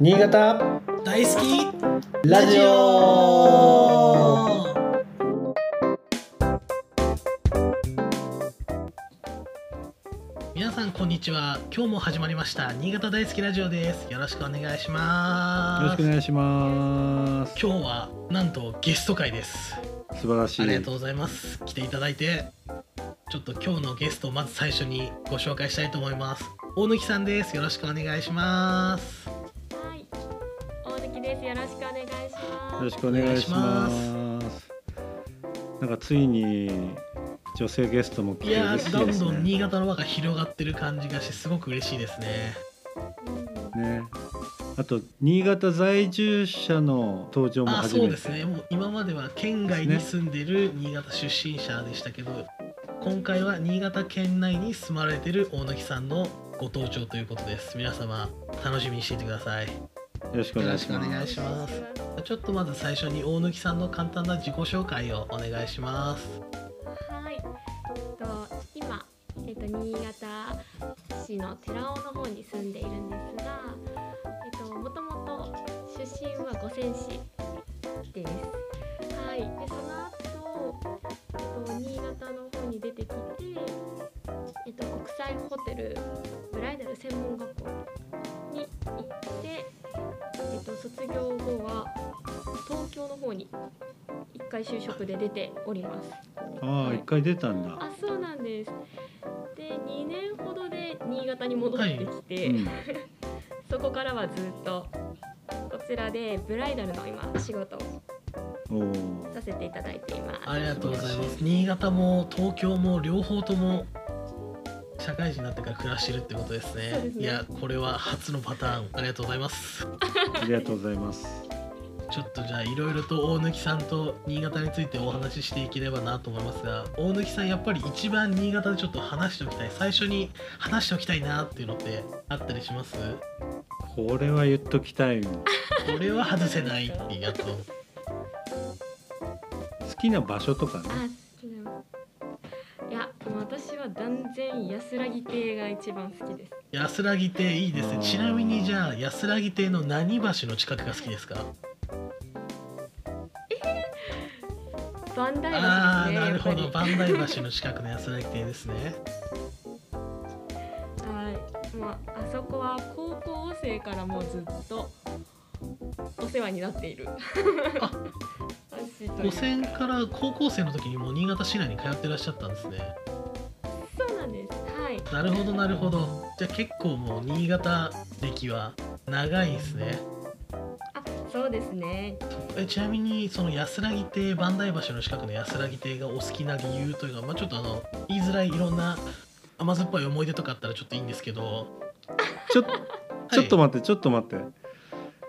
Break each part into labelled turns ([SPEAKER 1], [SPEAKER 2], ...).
[SPEAKER 1] 新潟
[SPEAKER 2] 大好き
[SPEAKER 1] ラジオ
[SPEAKER 2] 皆さんこんにちは今日も始まりました新潟大好きラジオですよろしくお願いし
[SPEAKER 1] よろ
[SPEAKER 2] ま
[SPEAKER 1] し
[SPEAKER 2] す
[SPEAKER 1] くお願いします
[SPEAKER 2] 今日はなんとゲスト会です
[SPEAKER 1] 素晴らしい
[SPEAKER 2] ありがとうございます来ていただいてちょっと今日のゲストをまず最初にご紹介したいと思います大貫さんですよろしくお願いします
[SPEAKER 3] はい、大貫です。よろしくお願いし
[SPEAKER 1] よ
[SPEAKER 3] ま
[SPEAKER 1] ろし
[SPEAKER 3] す。
[SPEAKER 1] くお願いしますなんかついに女性ゲストも来
[SPEAKER 2] い
[SPEAKER 1] て
[SPEAKER 2] や
[SPEAKER 1] 嬉し
[SPEAKER 2] ー
[SPEAKER 1] い
[SPEAKER 2] ど
[SPEAKER 1] で
[SPEAKER 2] ん
[SPEAKER 1] す
[SPEAKER 2] どん
[SPEAKER 1] ね
[SPEAKER 2] 新潟の輪が広がってる感じがしてすごく嬉しいですね
[SPEAKER 1] ねあと新潟在住者の登場も
[SPEAKER 2] あ
[SPEAKER 1] 初
[SPEAKER 2] そう
[SPEAKER 1] め
[SPEAKER 2] で
[SPEAKER 1] て
[SPEAKER 2] すねもう今までは県外に住んでる新潟出身者でしたけど、今回は新潟県内に住まれてる大貫さんのご登場ということです皆様楽しみにしていてください
[SPEAKER 1] よろしくお願いし
[SPEAKER 2] よろしくお願
[SPEAKER 1] ま
[SPEAKER 2] いしますちょっとまず最初に大貫さんの簡単な自己紹介をお願いします
[SPEAKER 3] はい、えっと、今、えっと、新潟市の寺尾の方に住んでいるんですが。えっと、もともと出身は五泉市です。はい、で、その後、えっと、新潟の方に出てきて。えっと、国際ホテルブライダル専門学校に行って。えっと、卒業後は東京の方に一回就職で出ております。
[SPEAKER 1] すああ一回出たんだ、
[SPEAKER 3] あそうなんですで2年ほどで新潟に戻ってきて、
[SPEAKER 1] うん、
[SPEAKER 3] そこからはずっとこちらでブライダルの今仕事を
[SPEAKER 1] お
[SPEAKER 3] させていただいています
[SPEAKER 2] ありがとうございま
[SPEAKER 1] 素晴ら
[SPEAKER 2] す新潟も東京も両方とも社会人になってから暮らしてるってことですね
[SPEAKER 3] そうですね
[SPEAKER 2] いやこれは初のパターンありがとうございます
[SPEAKER 1] おありがとうございます
[SPEAKER 2] ちょっとじゃあいろいろと大貫さんと新潟についてお話ししていければなと思いますが大貫さんやっぱり一番新潟でちょっと話しておきたい最初に話しておきたいなっていうのってあったりします
[SPEAKER 1] これは言っときたい
[SPEAKER 2] これは外せないっていうやつを
[SPEAKER 1] 好きな場所とかね
[SPEAKER 3] あそうなんいやもう私は断然安らぎ亭が一番好きです
[SPEAKER 2] 安らぎ亭いいです
[SPEAKER 1] あ
[SPEAKER 2] ね
[SPEAKER 1] ー
[SPEAKER 2] ちなみにじゃあ安らぎ亭の何橋の近くが好きですか
[SPEAKER 3] バンダイ
[SPEAKER 2] あ
[SPEAKER 3] 橋
[SPEAKER 2] あーなる
[SPEAKER 3] ですねやっぱ
[SPEAKER 2] ほ
[SPEAKER 3] り
[SPEAKER 2] ど磐梯橋の近くの安らぎ亭ですね
[SPEAKER 3] はいもうあそこは高校生からもうずっとお世話になっている
[SPEAKER 2] あ
[SPEAKER 3] 私というか
[SPEAKER 2] 五線から高校生の時にもう新潟市内に通ってらっしゃったんですね
[SPEAKER 3] そうなんです。はい。
[SPEAKER 2] なるほどなるほどじゃあ結構もう新潟歴は長いですね
[SPEAKER 3] あ、そうですね。
[SPEAKER 2] えちなみにその安らぎ亭磐梯橋の近くの安らぎ亭がお好きな理由というか、まあ、ちょっとあの言いづらいいろんな甘酸っぱい思い出とかあったらちょっといいんですけど
[SPEAKER 1] ちょちょっと
[SPEAKER 2] は
[SPEAKER 1] 待ってちょっと待って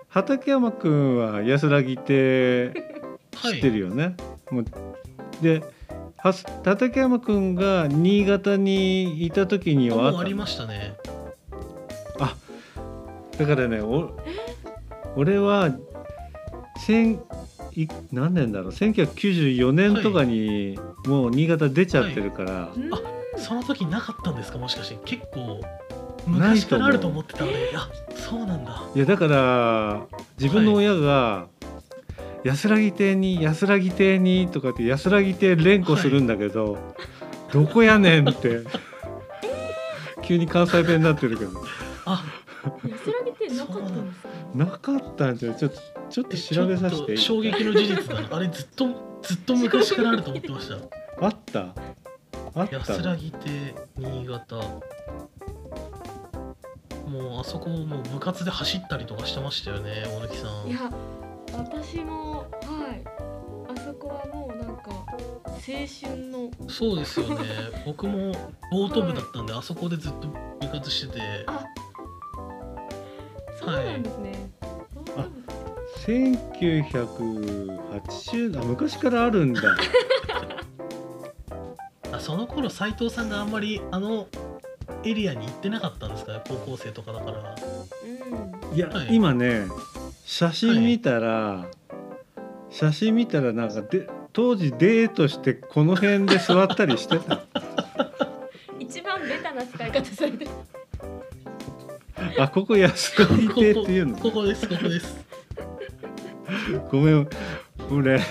[SPEAKER 1] 畠山くんは安らぎ亭
[SPEAKER 2] い
[SPEAKER 1] 知ってるよね、もうではす畠山くんが新潟にいた時に
[SPEAKER 2] はい、
[SPEAKER 1] は
[SPEAKER 2] もうありま
[SPEAKER 1] し
[SPEAKER 2] したね
[SPEAKER 1] あだからねお俺は千い何年だろう1994年とかにもう新潟出ちゃってるから、
[SPEAKER 3] うん
[SPEAKER 2] その時なかったんですかもしかして結構
[SPEAKER 1] ないと思う
[SPEAKER 2] 昔からあると思ってたのであそうなんだ
[SPEAKER 1] いやだから自分の親が「安らぎ亭に安らぎ亭に」とかって安らぎ亭連呼するんだけど、どこやねんって急に関西弁になってるけど
[SPEAKER 2] あ
[SPEAKER 3] 安らぎってなかったんですか。
[SPEAKER 1] なかったんじゃないちょっとちょっと
[SPEAKER 2] え
[SPEAKER 1] 調べさせて
[SPEAKER 2] ちょっと衝撃の事実だなあれずっとずっと昔からあると思ってま した
[SPEAKER 1] あったあった
[SPEAKER 2] 安らぎ亭新潟もうあそこもう部活で走ったりとかしてましたよね大貫さん
[SPEAKER 3] いや、私もはい。あそこはもうなんか青春の
[SPEAKER 2] そうですよね 僕もボート部だったんであそこでずっと部活してて
[SPEAKER 3] あ。そうなんですね。
[SPEAKER 1] あ1980あ昔からあるんだ
[SPEAKER 2] あその頃斉藤さんがあんまりあのエリアに行ってなかったんですかね高校生とかだから
[SPEAKER 3] うん。
[SPEAKER 1] いや、
[SPEAKER 2] はい
[SPEAKER 1] 今ね写真見たら、写真見たらなんかで当時デートしてこの辺で座ったり してた
[SPEAKER 3] 一番ベタな使い方されてる。
[SPEAKER 1] あここ安らぎ亭っていうの
[SPEAKER 2] ここですここです
[SPEAKER 1] ごめん俺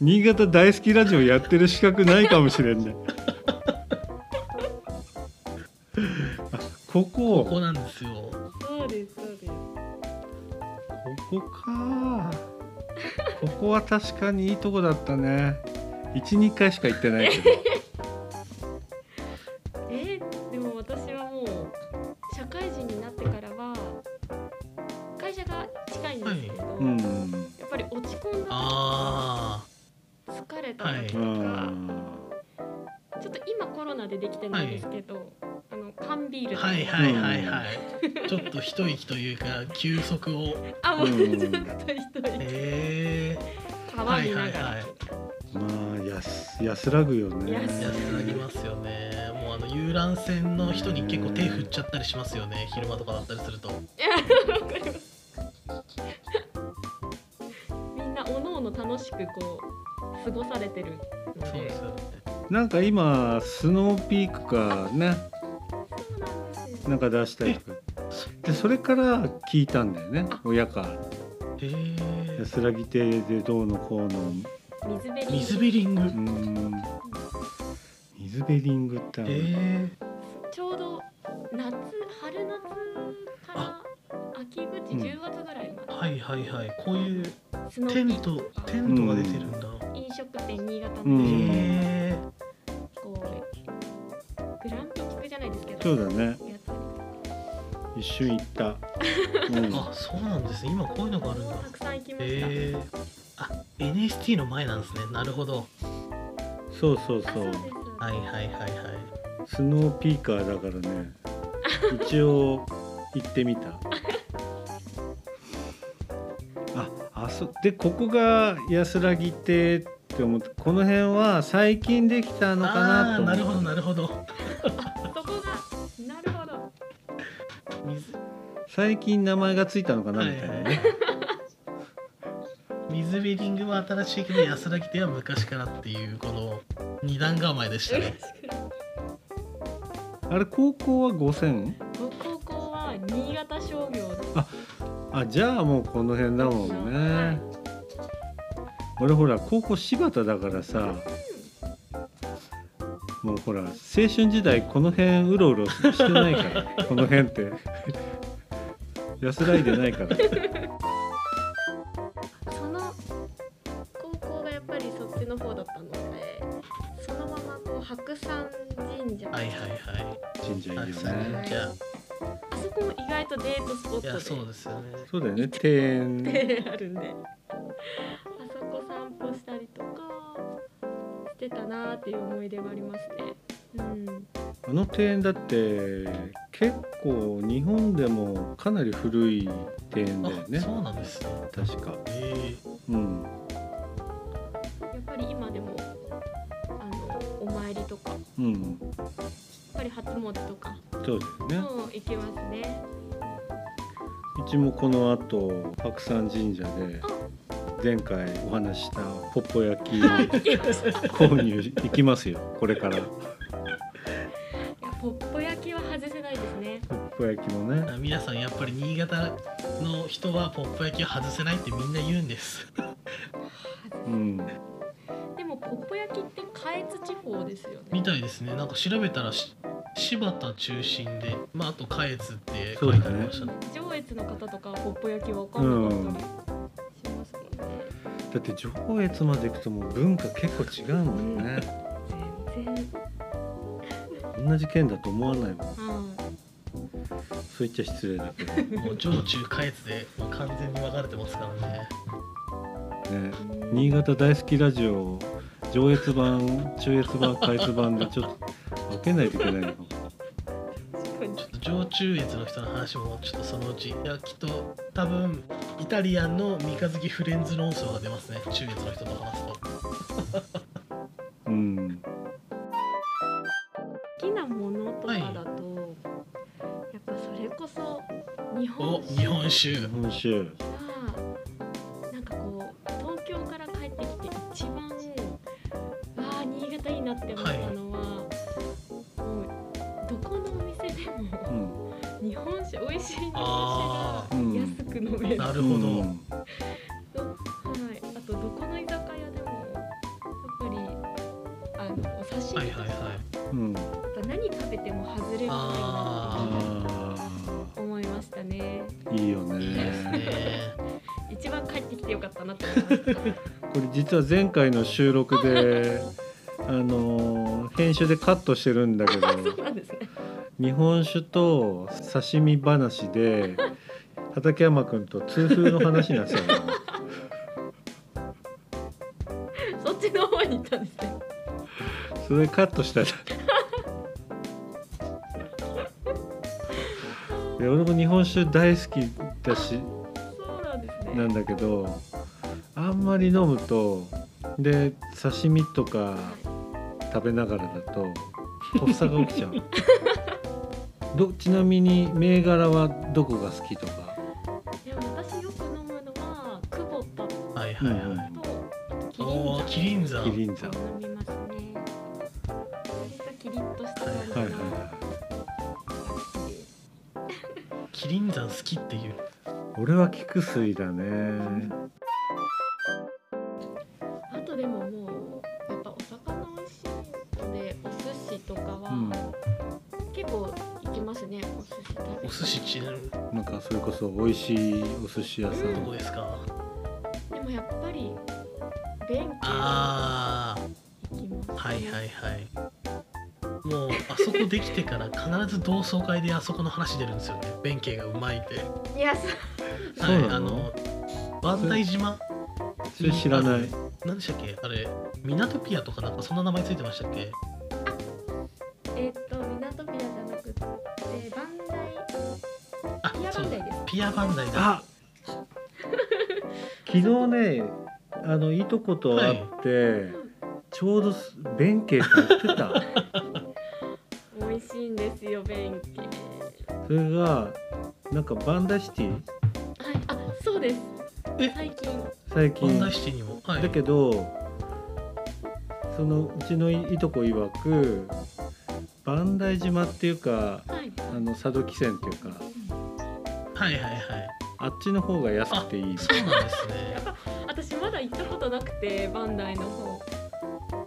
[SPEAKER 1] 新潟大好きラジオやってる資格ないかもしれ んねあこ
[SPEAKER 2] こ
[SPEAKER 1] こ
[SPEAKER 2] こ
[SPEAKER 1] こ
[SPEAKER 2] なんですよ
[SPEAKER 4] そうですそうです
[SPEAKER 1] こかここは確かにいいとこだったね12回しか行ってないけど
[SPEAKER 3] えーでも私はもう社会人になってからは会社が近いんですけど、
[SPEAKER 1] うん
[SPEAKER 3] やっぱり落ち込んだ
[SPEAKER 2] あ
[SPEAKER 3] 疲れた時とか、
[SPEAKER 1] あ
[SPEAKER 3] ちょっと今コロナでできてないんですけど、あの缶ビー
[SPEAKER 2] あ
[SPEAKER 3] ルとか
[SPEAKER 2] はいはいはいはいちょっと一息というか休息を
[SPEAKER 3] あも
[SPEAKER 1] う
[SPEAKER 3] うちょ
[SPEAKER 1] ん
[SPEAKER 3] っと一人
[SPEAKER 2] え
[SPEAKER 3] 川見
[SPEAKER 2] は
[SPEAKER 3] ながら、
[SPEAKER 2] いはいはい
[SPEAKER 1] ーまあ安安らぐよね
[SPEAKER 2] え
[SPEAKER 3] 安
[SPEAKER 2] ー、安らぎますよねもうあの遊覧船の人に結構手振っちゃったりしますよね昼間とかだったりすると
[SPEAKER 3] わかります みんなおのおの楽しくこう過ごされてるの
[SPEAKER 2] そうで
[SPEAKER 3] です
[SPEAKER 2] よね
[SPEAKER 1] なんか今スノーピークかね
[SPEAKER 3] そうなんですよ
[SPEAKER 1] なんか出したりとかでそれから聞いたんだよね親から
[SPEAKER 2] えー、
[SPEAKER 1] 安らぎ亭でどうのこうの
[SPEAKER 3] 水辺に
[SPEAKER 2] 水ビリング
[SPEAKER 1] うーん水ベリングってある
[SPEAKER 2] え
[SPEAKER 3] ちょうど夏春夏から秋口
[SPEAKER 1] うん
[SPEAKER 3] 10月ぐらいまで
[SPEAKER 2] ー、はいはいはいこういう
[SPEAKER 3] スノーピ
[SPEAKER 2] テン
[SPEAKER 3] ーク
[SPEAKER 2] ト
[SPEAKER 3] とか
[SPEAKER 2] テントが出てるんだ、
[SPEAKER 3] 飲食店新潟
[SPEAKER 1] う
[SPEAKER 2] え
[SPEAKER 1] ん
[SPEAKER 3] の
[SPEAKER 2] え
[SPEAKER 3] こうグランピングじゃないですけど
[SPEAKER 1] そうだね
[SPEAKER 3] やつに
[SPEAKER 1] 一瞬行った、うん
[SPEAKER 2] ー、 あそうなんですね今こういうのがあるんだ
[SPEAKER 3] たくさん行きました、
[SPEAKER 2] えー、あ NST の前なんですねなるほど
[SPEAKER 1] そうそう
[SPEAKER 3] あ
[SPEAKER 1] そ
[SPEAKER 3] そう
[SPEAKER 1] う
[SPEAKER 3] です
[SPEAKER 2] はいはいはいはい
[SPEAKER 1] スノーピーカーだからね一応行って みたああそでここが安らぎ亭って思ってこの辺は最近できたのか
[SPEAKER 2] あ
[SPEAKER 1] な
[SPEAKER 2] あー
[SPEAKER 1] と思
[SPEAKER 2] な
[SPEAKER 1] っ
[SPEAKER 2] るほど
[SPEAKER 1] た
[SPEAKER 2] なるほど
[SPEAKER 3] そこがなるほど
[SPEAKER 2] 水
[SPEAKER 1] 最近名前がついたのかなみたいなね、
[SPEAKER 2] はい水ビリングは新しいけど安らぎ亭は昔からっていうこの二段構えでしたね
[SPEAKER 1] あれ高校は 5000?
[SPEAKER 3] 高校は新潟商業の
[SPEAKER 1] あじゃあもうこの辺だもんね、
[SPEAKER 3] はい
[SPEAKER 1] 俺ほら高校柴田だからさもうほら青春時代この辺うろうろしてないからこの辺って安らいでないから
[SPEAKER 3] その高校がやっぱりそっちの方だったのでそのままこう白山神社、
[SPEAKER 2] はいはいは
[SPEAKER 1] 神社いいよ
[SPEAKER 2] い
[SPEAKER 1] ね
[SPEAKER 2] あじゃ
[SPEAKER 3] あそこも意外とデートスポット
[SPEAKER 2] あい
[SPEAKER 3] で
[SPEAKER 2] やそうですよね
[SPEAKER 1] そうだよね庭園
[SPEAKER 3] あるんであそこ散歩したりとかしてたなーっていう思い出はありますねうん
[SPEAKER 1] あの庭園だって結構日本でもかなり古い庭園だよ
[SPEAKER 2] あ
[SPEAKER 1] ね
[SPEAKER 2] そうなんですね
[SPEAKER 1] 確か
[SPEAKER 2] え
[SPEAKER 1] うん
[SPEAKER 3] やっぱり今でもあのお参りとかやっ
[SPEAKER 1] うん
[SPEAKER 3] ぱり初詣とか
[SPEAKER 1] そうだよね
[SPEAKER 3] も行きますね
[SPEAKER 1] うちもこの後白山神社で
[SPEAKER 3] あ
[SPEAKER 1] 前回お話ししたポッポ焼きを購入行きますよこれから
[SPEAKER 3] いやポッポ焼きは外せないですね
[SPEAKER 1] ポッポ焼きもね
[SPEAKER 2] ー、皆さんやっぱり新潟の人はポップ焼きを外せないってみんな言うんです
[SPEAKER 3] 外
[SPEAKER 1] う
[SPEAKER 3] せ
[SPEAKER 1] ん
[SPEAKER 3] でもポッポ焼きって下越地方ですよね
[SPEAKER 2] みたいですねなんか調べたらし柴田中心でまああと下越って
[SPEAKER 1] そうだ
[SPEAKER 2] 書い
[SPEAKER 1] ね
[SPEAKER 2] てありましたね
[SPEAKER 3] 上越の方とかはポッポ焼きわかんなかったりしますもんね、
[SPEAKER 1] だって上越まで行くともう文化結構違うもんね
[SPEAKER 3] 全然
[SPEAKER 1] 同じ県だと思わないもん
[SPEAKER 3] うん
[SPEAKER 1] そう言っちゃ失礼だけどね
[SPEAKER 2] もう上中下越でもう完全に分かれてますからね
[SPEAKER 1] 新潟大好きラジオ上越版中越版下越版でちょっと分けないといけないのかも
[SPEAKER 3] 確かに
[SPEAKER 2] ちょっと上中越の人の話もちょっとそのうちいやきっと多分イタリアンの三日月フレンズの音素が出ますね中越の人と話すと
[SPEAKER 1] うん
[SPEAKER 3] 好きなものとか
[SPEAKER 2] はい
[SPEAKER 3] だと、やっぱそれこそ日
[SPEAKER 2] お
[SPEAKER 3] 本酒
[SPEAKER 2] 日本
[SPEAKER 1] 日
[SPEAKER 2] 酒
[SPEAKER 1] 本酒
[SPEAKER 3] がなんかこう東京から帰ってきて一番わあ新潟いいなって思ったのは、もうどこのお店で
[SPEAKER 1] う
[SPEAKER 3] も
[SPEAKER 1] ん
[SPEAKER 3] 日本酒よ美味しい日本酒が
[SPEAKER 2] あ
[SPEAKER 1] うん
[SPEAKER 3] 安く飲める、
[SPEAKER 2] な
[SPEAKER 3] は
[SPEAKER 2] るほど
[SPEAKER 1] うん
[SPEAKER 3] い、あとどこの居酒屋でもやっぱりあのお刺身と
[SPEAKER 2] ー
[SPEAKER 3] か、
[SPEAKER 2] はいはいは
[SPEAKER 3] や
[SPEAKER 2] い
[SPEAKER 1] うん
[SPEAKER 3] っぱ何食べても外れがないなって
[SPEAKER 1] あ
[SPEAKER 3] 思いましたね
[SPEAKER 1] ーいいよ
[SPEAKER 2] いいです
[SPEAKER 1] ね
[SPEAKER 2] ね
[SPEAKER 3] 一番帰ってきてよかったなと思いました
[SPEAKER 1] これ実は前回の収録 であのー編集でカットしてるんだけど
[SPEAKER 3] そうなんですね
[SPEAKER 1] 日本酒と刺身話で畠山君と痛風の話になって たの
[SPEAKER 3] そっちの方に行ったんですね
[SPEAKER 1] それカットしたらいや俺も日本酒大好きだし
[SPEAKER 3] そうなんですね
[SPEAKER 1] なんだけどあんまり飲むとで刺身とか
[SPEAKER 3] は
[SPEAKER 1] 食べながらだと発作が起き ちゃうどちなみに銘柄はどこが好きとか
[SPEAKER 3] いでも私よく飲むのはクボタと
[SPEAKER 2] はいはいはい
[SPEAKER 3] キリン
[SPEAKER 2] おー
[SPEAKER 3] ジ
[SPEAKER 2] キリンザ
[SPEAKER 1] キリンザ
[SPEAKER 3] ャ
[SPEAKER 1] は
[SPEAKER 3] ンを飲みますねなんかキリッとした感じ
[SPEAKER 1] い
[SPEAKER 3] が
[SPEAKER 1] はい
[SPEAKER 3] 好
[SPEAKER 1] はい
[SPEAKER 3] きで、
[SPEAKER 2] キリンザ好きっていう
[SPEAKER 1] 俺は菊水だね
[SPEAKER 3] あとでももうやっぱお魚美味しいのでお寿司とか
[SPEAKER 1] う
[SPEAKER 3] は
[SPEAKER 1] ん
[SPEAKER 3] 結構行きますね、お寿司食べ
[SPEAKER 2] お寿司ちなみに
[SPEAKER 1] なんかそれこそ美味しいお寿司屋さ
[SPEAKER 2] どこ
[SPEAKER 1] ん
[SPEAKER 2] ですか
[SPEAKER 3] でもやっぱり弁慶
[SPEAKER 2] あ
[SPEAKER 3] 行きます、
[SPEAKER 2] あはいはいはいもうあそこできてから必ず同窓会であそこの話出るんですよね弁慶がうまいって
[SPEAKER 3] いやそう
[SPEAKER 1] そう
[SPEAKER 2] はい、
[SPEAKER 1] な
[SPEAKER 2] あ
[SPEAKER 1] の
[SPEAKER 2] の万代島
[SPEAKER 1] それ知らない
[SPEAKER 2] 何でしたっけあれ港ピアとかなんかそんな名前ついてましたっけ
[SPEAKER 3] えっ、と港ピアじゃなくて万代
[SPEAKER 2] あ
[SPEAKER 3] ピア
[SPEAKER 2] そう
[SPEAKER 3] 万
[SPEAKER 2] だ
[SPEAKER 3] 代です
[SPEAKER 2] ピア万代だ
[SPEAKER 1] あ昨日ねあのいとこと会って、ちょうどす弁慶って言ってた
[SPEAKER 3] 美味しいんですよ弁慶
[SPEAKER 1] それがなんかバンダシティ
[SPEAKER 3] はいあそうです
[SPEAKER 2] え
[SPEAKER 3] 最近
[SPEAKER 1] 最
[SPEAKER 2] 万
[SPEAKER 1] 近
[SPEAKER 2] 代シティにもはい
[SPEAKER 1] だけどそのうちのいとこ曰く磐梯島っていうか
[SPEAKER 3] はい
[SPEAKER 1] あの佐渡汽船っていうか
[SPEAKER 2] はいはいはい
[SPEAKER 1] あっちの方が安
[SPEAKER 2] あ
[SPEAKER 1] くていいみた
[SPEAKER 2] そ
[SPEAKER 1] いう
[SPEAKER 2] なんですね
[SPEAKER 3] 私まだ行ったことなくてバンダイの方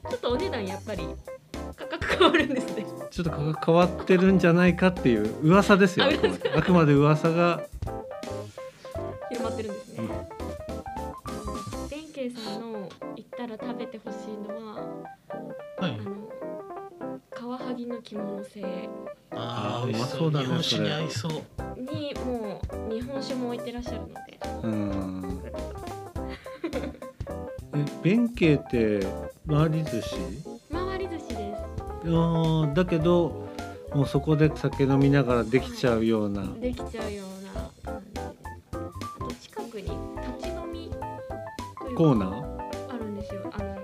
[SPEAKER 3] ちょっとお値段やっぱり 価格変わるんですね
[SPEAKER 1] なちょっと価格変わってるんじゃないかっていう噂ですよ
[SPEAKER 3] あ
[SPEAKER 1] あくまであくまで噂が
[SPEAKER 3] 広まってるんですね、弁慶さんの行ったら食べてほしいのは
[SPEAKER 2] は
[SPEAKER 3] あ
[SPEAKER 2] い
[SPEAKER 3] のカワハギの着物製
[SPEAKER 2] あ
[SPEAKER 1] あー
[SPEAKER 2] あ美味しそう
[SPEAKER 1] うま
[SPEAKER 2] 日
[SPEAKER 1] そうだね
[SPEAKER 2] 本酒
[SPEAKER 1] それ
[SPEAKER 2] に合いそう
[SPEAKER 3] にもう日本酒も置いてらっしゃるので
[SPEAKER 1] うんえ弁慶って回り寿司
[SPEAKER 3] 回り寿司です
[SPEAKER 1] うんだけどもうそこで酒飲みながらできちゃうような
[SPEAKER 3] できちゃうような感じですあと近くに立ち飲みという
[SPEAKER 1] コー
[SPEAKER 3] の
[SPEAKER 1] ナ
[SPEAKER 3] が
[SPEAKER 1] ー
[SPEAKER 3] あるんですよあの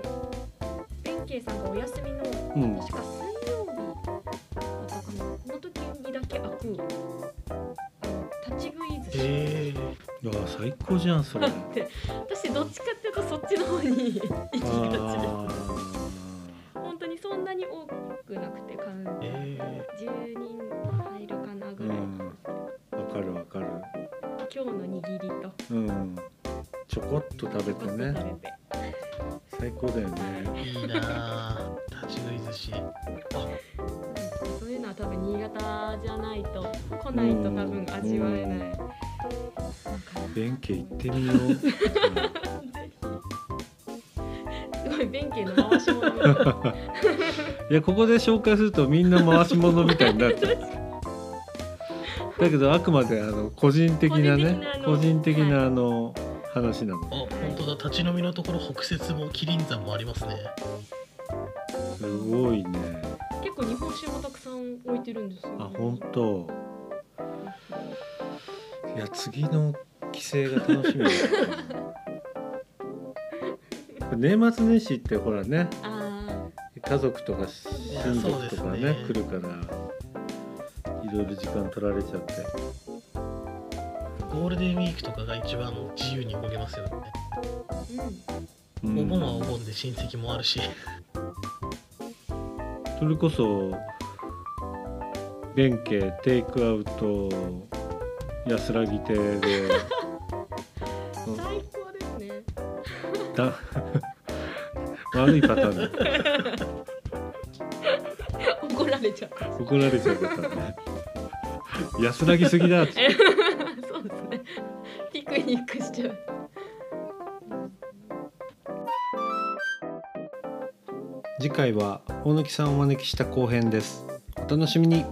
[SPEAKER 3] 弁慶さんがお休みの
[SPEAKER 1] うん
[SPEAKER 3] 確か水曜日だったかなの時にだけ開くあの立ち食い寿司
[SPEAKER 2] へえ
[SPEAKER 1] いや最高じゃんそ れ。
[SPEAKER 3] って 私どっちかっていうとそっちの方に行きがちです
[SPEAKER 1] あ
[SPEAKER 3] 本当にそんなに多くなくてカウンタ
[SPEAKER 2] ー、
[SPEAKER 3] ー
[SPEAKER 2] え
[SPEAKER 3] 10人入るかなぐらい、
[SPEAKER 1] うんーわかるわかる。
[SPEAKER 3] 今日の握り
[SPEAKER 1] う
[SPEAKER 3] と
[SPEAKER 1] ん。ちょこっと食べて
[SPEAKER 3] パスタ
[SPEAKER 1] ね。
[SPEAKER 3] 食べて
[SPEAKER 1] 最高だよね。
[SPEAKER 2] ー、いいなー立ち食い寿司
[SPEAKER 3] そういうのは多分新潟じゃないと来ないと多分味わえない
[SPEAKER 1] うん
[SPEAKER 3] のかな。
[SPEAKER 1] 弁慶行ってみよう。
[SPEAKER 3] ぜひすごい弁慶の回し物みたいな。
[SPEAKER 1] いやここで紹介するとみんな回し物みたいになっちゃう。だけどあくまであの個人的なね個
[SPEAKER 3] 個
[SPEAKER 1] 人
[SPEAKER 3] 人
[SPEAKER 1] 的
[SPEAKER 3] 的
[SPEAKER 1] な
[SPEAKER 3] な
[SPEAKER 1] あの話なの
[SPEAKER 2] あ本当だ立ち飲みのところ北節も麒麟山もありますね
[SPEAKER 1] すごいね
[SPEAKER 3] 結構日本酒もたくさん置いてるんですよ、ね。
[SPEAKER 1] あ本当いや次の帰省が楽し みだな年末年始ってほらね
[SPEAKER 3] あ
[SPEAKER 1] 家族とか親族とかね
[SPEAKER 2] いやそうですね
[SPEAKER 1] 来るからいろいろ時間取られちゃって
[SPEAKER 2] ゴールデンウィークとかが一番自由に動けますよね
[SPEAKER 3] あ、うん。
[SPEAKER 1] うん
[SPEAKER 2] お盆はお盆で親戚もあるし
[SPEAKER 1] それこそ弁慶テイクアウト安らぎ亭で うん
[SPEAKER 3] 最高ですね。
[SPEAKER 1] だ 悪いパターンで
[SPEAKER 3] 怒られちゃう。
[SPEAKER 1] 怒られちゃうパターンね安らぎすぎだって
[SPEAKER 3] そうですね。ピクニックしちゃう。
[SPEAKER 1] 次回は大貫さんをお招きした後編ですお楽しみに